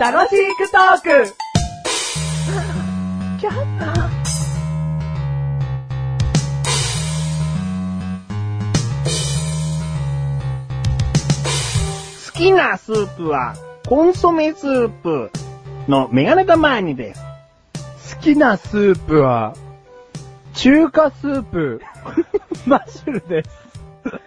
楽しくトーク好きなスープは、コンソメスープのメガネたまーにです。好きなスープは、中華スープ、マッシュルです。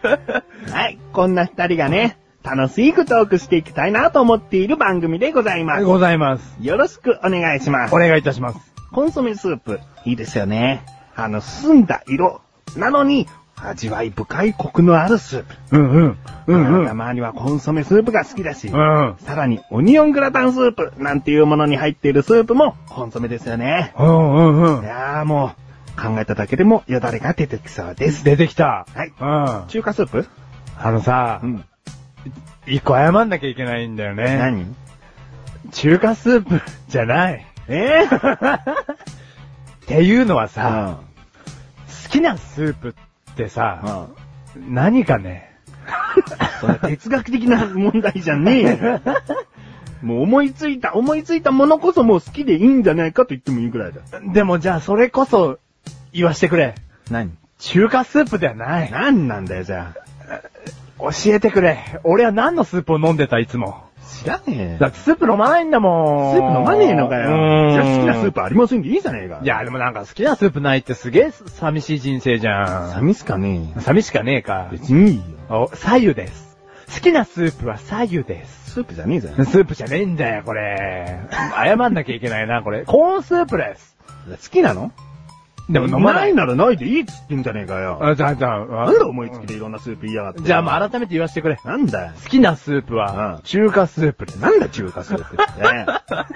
はい、こんな二人がね、楽しくトークしていきたいなと思っている番組でございまあす。ございます。よろしくお願いしますお。願いいたします。コンソメスープ、いいですよね。あの、澄んだ色、なのに、味わい深いコクのあるスープ。うんうん。うんうん。周りはコンソメスープが好きだし、うん。さらにオニオングラタンスープなんていうものに入っているスープもコンソメですよね。うんうんいうん。やーもう、考えただけでもよだれが出てきそうです。出てきた。はいうん。あ中華スープのさ、ん。一個謝んなきゃいけないんだよね。何中華スープじゃない。えー、っていうのはあさ、好きなスープってさ、あ。何かね、それ哲学的な問題じゃねえよ。 もう思いついた、思いついたものこそもう好きでいいんじゃないかと言ってもいいくらいだ。でもじゃあそれこそ、言わしてくれ。何中華スープではない。何なんだよ、じゃあ。教えてくれ。俺は何のスープを飲んでた、いつも。知らねえ。だってスープ飲まないんだもん。スープ飲まねえのかよ。じゃあ好きなスープ。プありませんでいいじゃねえか。い、や、でもなんか好きなスープないってすげえ寂しい人生じゃん。寂しかねえよ。寂しかねえか。別にいいよ。お、左右です。好きなスープは左右です。スープじゃねえじゃん。スープじゃねえんだよ、これ。謝んなきゃいけないな、これ。コーンスープです。好きなのでも飲まない。ならないでいいっつってんじゃねえかよ。あ、じゃあ、じゃあ、ななんで思いつきでいろんなスープ言いやがって。じゃあもう改めて言わせてくれ。なんだよ。好きなスープうはん、中華スープです。なんだ中華スープって。ね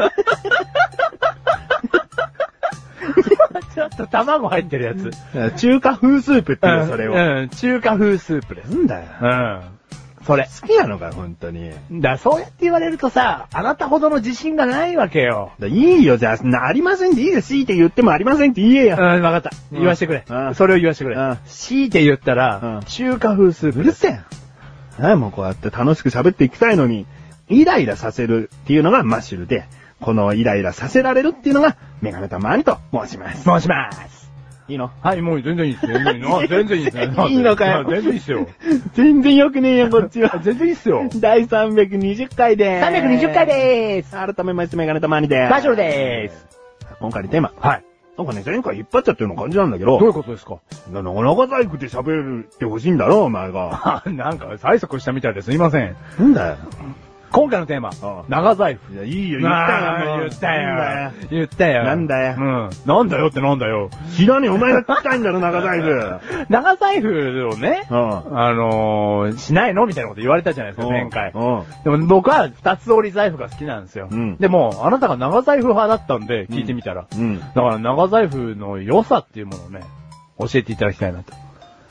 ちょっと卵入ってるやつ。え 中華風スープっていうよそれを。うん、中華風スープです。なんだよ。うん。それ。好きなのかよ、本当に。だ、そうやって言われるとさ、あなたほどの自信がないわけよ。だいいよ、じゃあ、なありませんでいいよ。強いて言ってもありませんって言えうん、よ。わかった。うん言わしてくれう。んそれを言わしてくれうん。強いて言ったらうん、中華風スープうでるす。せえ。はい、もうこうやって楽しく喋っていきたいのに、イライラさせるっていうのがマッシュルで、このイライラさせられるっていうのが、メガネたまーにと申します。申します。いいのはい、もう全然いいっす よ。全然いいっすよ。いいのかよ全然いいっすよ。全然良く ねえよ、こっちは。全然いいっすよ。第320回でーす。 320回でーす。改めましてメガネたまーにでーす。バショルでーす。今回のテーマ。はい。なんかね、前回引っ張っちゃったような感じなんだけどういうど、ことですかななかなか細工で喋ってほしいんだろ、お前が。あ なんか、催促したみたいですいません。なんだよ。今回のテーマん、長財布。いや、いいよ、言ったよあもーう。言ったなんだよ。言ったよ。なんだようん。なんだよってなんだよ。知らねえ、お前が聞きたいんだろ、長財布。長財布をね、うんあのー、しないのみたいなこと言われたじゃないですか、前回う。ん。うんでも僕は二つ折り財布が好きなんですよ。うんでも、あなたが長財布派だったんで、聞いてみたら。うんだから長財布の良さっていうものをね、教えていただきたいなと。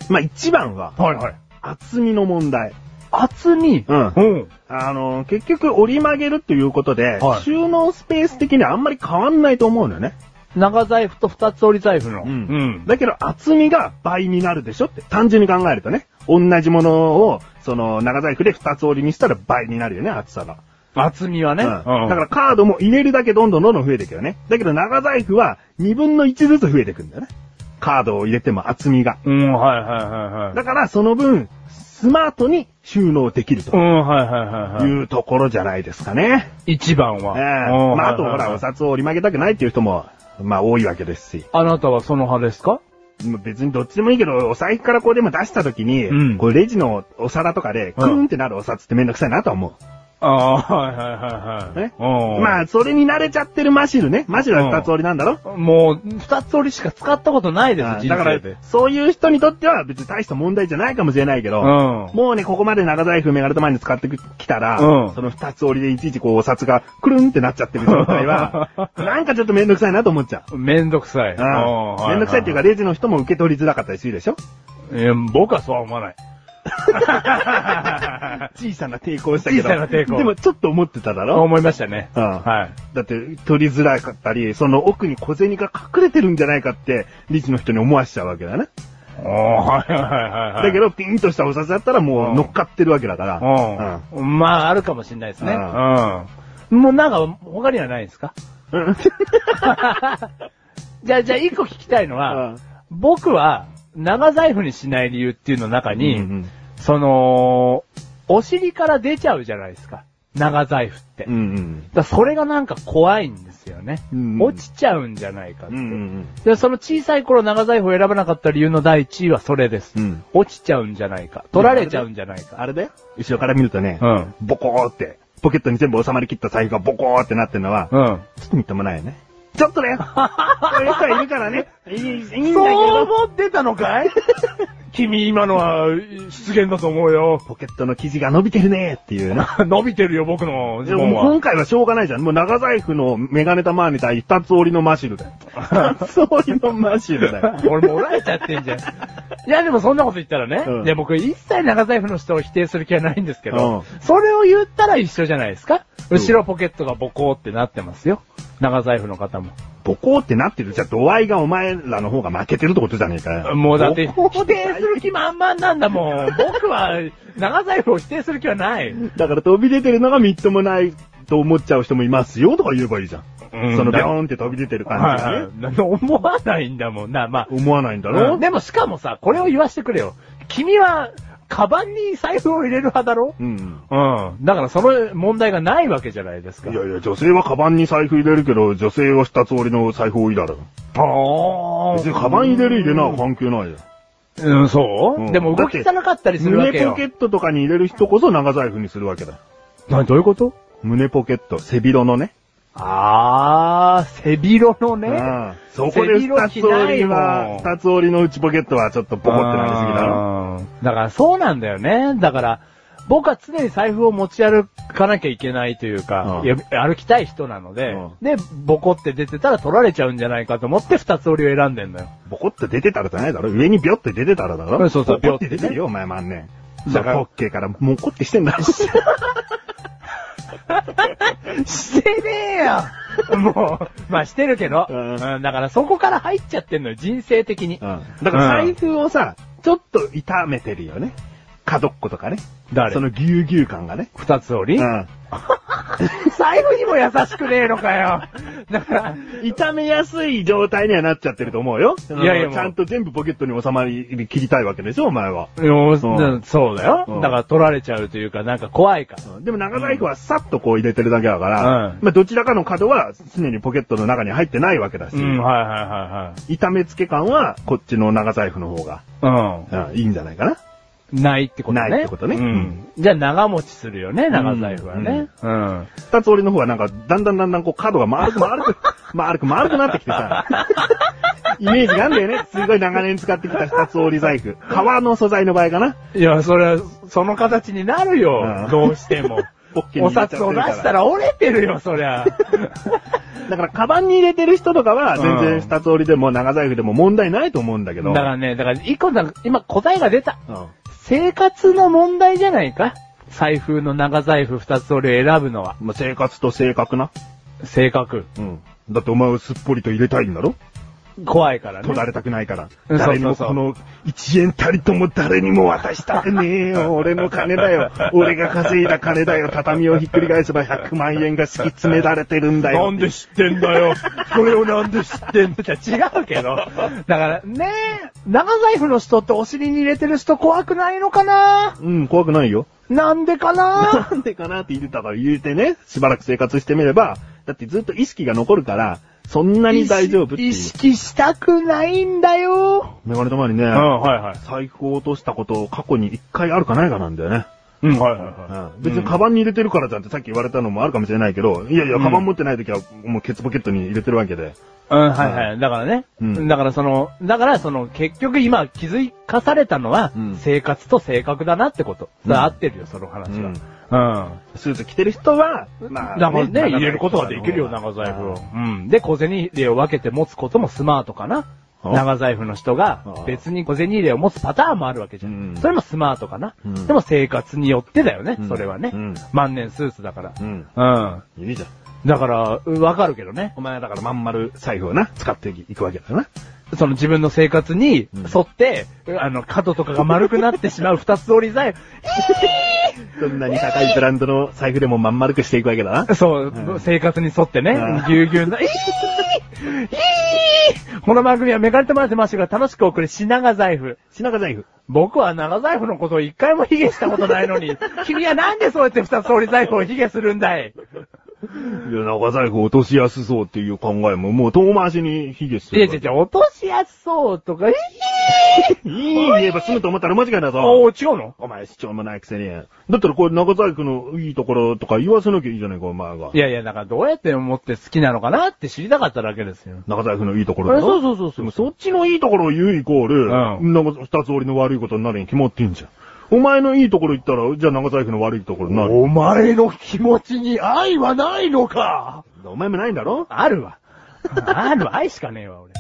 まあ、一番は、はいはい。厚みの問題。厚み。うんうん。あの、結局折り曲げるということで、はい収納スペース的にはあんまり変わんないと思うのよね。長財布と二つ折り財布の。うんうん。だけど厚みが倍になるでしょって、単純に考えるとね。同じものを、その、長財布で二つ折りにしたら倍になるよね、厚さが。厚みはね。うん。だからカードも入れるだけどんどんどんどん増えていくよね。だけど長財布は二分の一ずつ増えていくんだよね。カードを入れても厚みが。うん、はいはいはいはい。だからその分、スマートに収納できるうとん、はいはいはいはいいうところじゃないですかね。一番は。ええうんまあ、あとはほいはいら、はいお札を折り曲げたくないっていう人も、まあ多いわけですし。あなたはその派ですかもう別にどっちでもいいけど、お財布からこうでも出した時に、うんこうレジのお皿とかで、クーンってなるお札ってめんどくさいなとは思ああ、はう。いはいはいはい。ね。うんまあ、それに慣れちゃってるマシルね。マシルは二つ折りなんだろ、もう、二つ折りしか使ったことないです、あ人あ生だからで。、そういう人にとっては別に大した問題じゃないかもしれないけど、うん。もうね、ここまで長財布メガネと前に使ってきたら、うんその二つ折りでいちいちこうお札がくるんってなっちゃって る状態は、なんかちょっとめんどくさいなと思っちゃう。めんどくさい。うんめんどくさいっていうか、ね。レジの人も受け取りづらかったりするでしょいや僕はそうは思わない。小さな抵抗したけど。小さな抵抗でもちょっと思ってただろ思いましたね。うんはい。だって、取りづらかったり、その奥に小銭が隠れてるんじゃないかって、理事の人に思わしちゃうわけだね。おーはいはいはいはい。だけど、ピンとしたお札だったらもう乗っかってるわけだから。うん。まあ、あるかもしれないですね。ううん。もうなんか、他にはないんですかうん。うん。じゃあ、じゃあ、一個聞きたいのは、僕は、長財布にしない理由っていうの中に、うんその、お尻から出ちゃうじゃないですか。長財布って。うん。うんだからそれがなんか怖いんですよね。うん落ちちゃうんじゃないかって。うん。うんで、その小さい頃長財布を選ばなかった理由の第1位はそれです。うん落ちちゃうんじゃないか。取られちゃうんじゃないか。あれだよ。後ろから見るとね、うんボコーって、ポケットに全部収まりきった財布がボコーってなってるのは、うん。ちょっとみっともないよね。ちょっとだよそういう人はいるからね。いい、いいんだけそうど。思ってたのか い君今のは失言だと思うよ。ポケットの生地が伸びてるねっていうね。伸びてるよ、僕のでももう今回はしょうがないじゃん。もう長財布のメガネ玉みたいに二つ折りのマシルだよ。二つ折りのマシルだよ。 俺もおられちゃってんじゃん。いや、でもそんなこと言ったらね、うんいや、僕一切長財布の人を否定する気はないんですけど、うそれを言ったら一緒じゃないですかうん後ろポケットがボコーってなってますよ。長財布の方も。ボコーってなってる。じゃあ度合いがお前らの方が負けてるってことじゃねえかよ。もうだって、ボコー否定する気満々なんだも ん。僕は、長財布を否定する気はない。だから飛び出てるのがみっともないと思っちゃう人もいますよとか言えばいいじゃん。うんそのビョーンって飛び出てる感じがね。はいはい思わないんだもんな、まあ。思わないんだろ、でもしかもさ、これを言わしてくれよ。君は、カバンに財布を入れる派だろうん。うん。だからその問題がないわけじゃないですいか。やいや、女性はカバンに財布入れるけど、女性は二つ折りの財布多いだろ。あ別にカバン入れる入れないは関係ないよ。うん、そう、うんでも動きづらかったりするわけ胸ポよケ。ットとかに入れる人こそ長財布にするわけだ。な、どういうこと胸ポケット、背広のね。あー、背広のね。うんそこで背広二つ折りは、着ないもん二つ折りの内ポケットはちょっとボコってなりすぎだろ。うんだからそうなんだよね。だから、僕は常に財布を持ち歩かなきゃいけないというか、うんいや歩きたい人なので、うんで、ボコって出てたら取られちゃうんじゃないかと思って二つ折りを選んでんだよ。ボコって出てたらじゃないだろ。上にビョって出てたらだうろ。んそうそうボコって出ビョってねてるよ、お前万年。だだかからら、オッケーから、もうこってしてんだろ。してね えよもう、まあしてるけど、うんうんだからそこから入っちゃってんのよ、人生的に。うんだから財布をさ、ちょっと痛めてるよね。角っことかね。誰そのぎゅうぎゅう感がね。二つ折り、うん財布にも優しくねえのかよ。だから、痛めやすい状態にはなっちゃってると思うよ。いやいやもうちゃんと全部ポケットに収まり切りたいわけでしょ、お前は。ようそうだよ、うんだから取られちゃうというか、なんか怖いから。でも長財布はさっとこう入れてるだけだから、うんまあどちらかの角は常にポケットの中に入ってないわけだし、うん、はいはいは痛めつけ感はこっちの長財布の方が、いはい。うんいいんじゃないかな。うん。ないってことね。ないってことねうん。じゃあ長持ちするよね、長財布はね。うん。二つ折りの方はなんかだんだんだんだんこう角が丸く 丸く、丸く丸くなってきてさ、イメージがあんだよね。すごい長年使ってきた二つ折り財布。革の素材の場合かな。いや、それは、その形になるよう、んどうして も。ポッケにお入れちゃって札るをか出らしたら折れてるよ、そり ゃ。だから、カバンに入れてる人とかは、全う然ん二つ折りでも長財布でも問題ないと思うんだけだど。からね、だから、一個なんか、今答えが出た。うん生活の問題じゃないか財布の長財布二つ折りを選ぶのは。まあ、生活と正確な。性格。うん。だってお前をすっぽりと入れたいんだろ怖いからね。取られたくないから。うん誰にもそうそうそうこの1円たりとも誰にも渡したくねえよ。俺の金だよ。俺が稼いだ金だよ。畳をひっくり返せば100万円が敷き詰められてるんだよ。で知ってんだ よ。それをなんで知ってんだ違うけど。だからね、長財布の人ってお尻に入れてる人怖くないのかなうん、怖くないよ。なんでかな なんでかなって言ってたから言うてね、しばらく生活してみれば、だってずっと意識が残るから、そんなに大丈夫ってい意う。識したくないんだよ。メガネたまにね、はいはい。財布を落としたこと過去に一回あるかないかなんだよね。うん、はいはい別にカバンに入れてるからじゃんってさっき言われたのもあるかもしれないけど、いやいや、カバン持ってない時はもうケツポケットに入れてるわけで。うん、はいはい。だからね。うんだからその、だからその、結局今気づかされたのは、うん生活と性格だなってこと。それ合ってるよ、その話は。うんスーツ着てる人は、まあ、だからね、入れることができるよ、長財布を。うん。で、小銭入れを分けて持つこともスマートかな。あ長財布の人があ別に小銭入れを持つパターンもあるわけじゃ。うんんそれもスマートかな。うんでも生活によってだよねう、んそれはねうん。万年スーツだかうん。ら。うん。いいじゃん。だから、わかるけどね。お前はだからまん丸財布をな、使っていくわけだな。その自分の生活にうん沿って、あの、角とかが丸くなってしまう二つ折り財そんなに高いブランドの財布でもまん丸くしていくわけだな。布。 そう、うん生活に沿ってねうん、ぎゅうぎゅう な、えー、えー、この番組はメガネとマネてましたが楽しくお送る品が財布。品川財布。僕は長財布のことを一回も卑下したことないの に、君はなんでそうやって二つ折り財布を卑下するんだいいや、長財布落としやすそうっていう考えも、もう遠回しに卑下しいてやる。いやいや、落としやすそうとか、えー、いい言えば済むと思ったら間違いだぞ。おー、違うのお前主張もないくせに。だったらこれ長財布のいいところとか言わせなきゃいいじゃないか、お前がい。やいや、だからどうやって思って好きなのかなって知りたかっただけですよ。長財布のいいところだろえそうそうそうそうでもそっちのいいところを言うイコール、うなんか二つ折りの悪いことになるに決まってんじゃん。お前のいいところ言ったら、じゃあ長財布の悪いところになる。お前の気持ちに愛はないのかお前もないんだろあるわ。あるわ、愛しかねえわ、俺。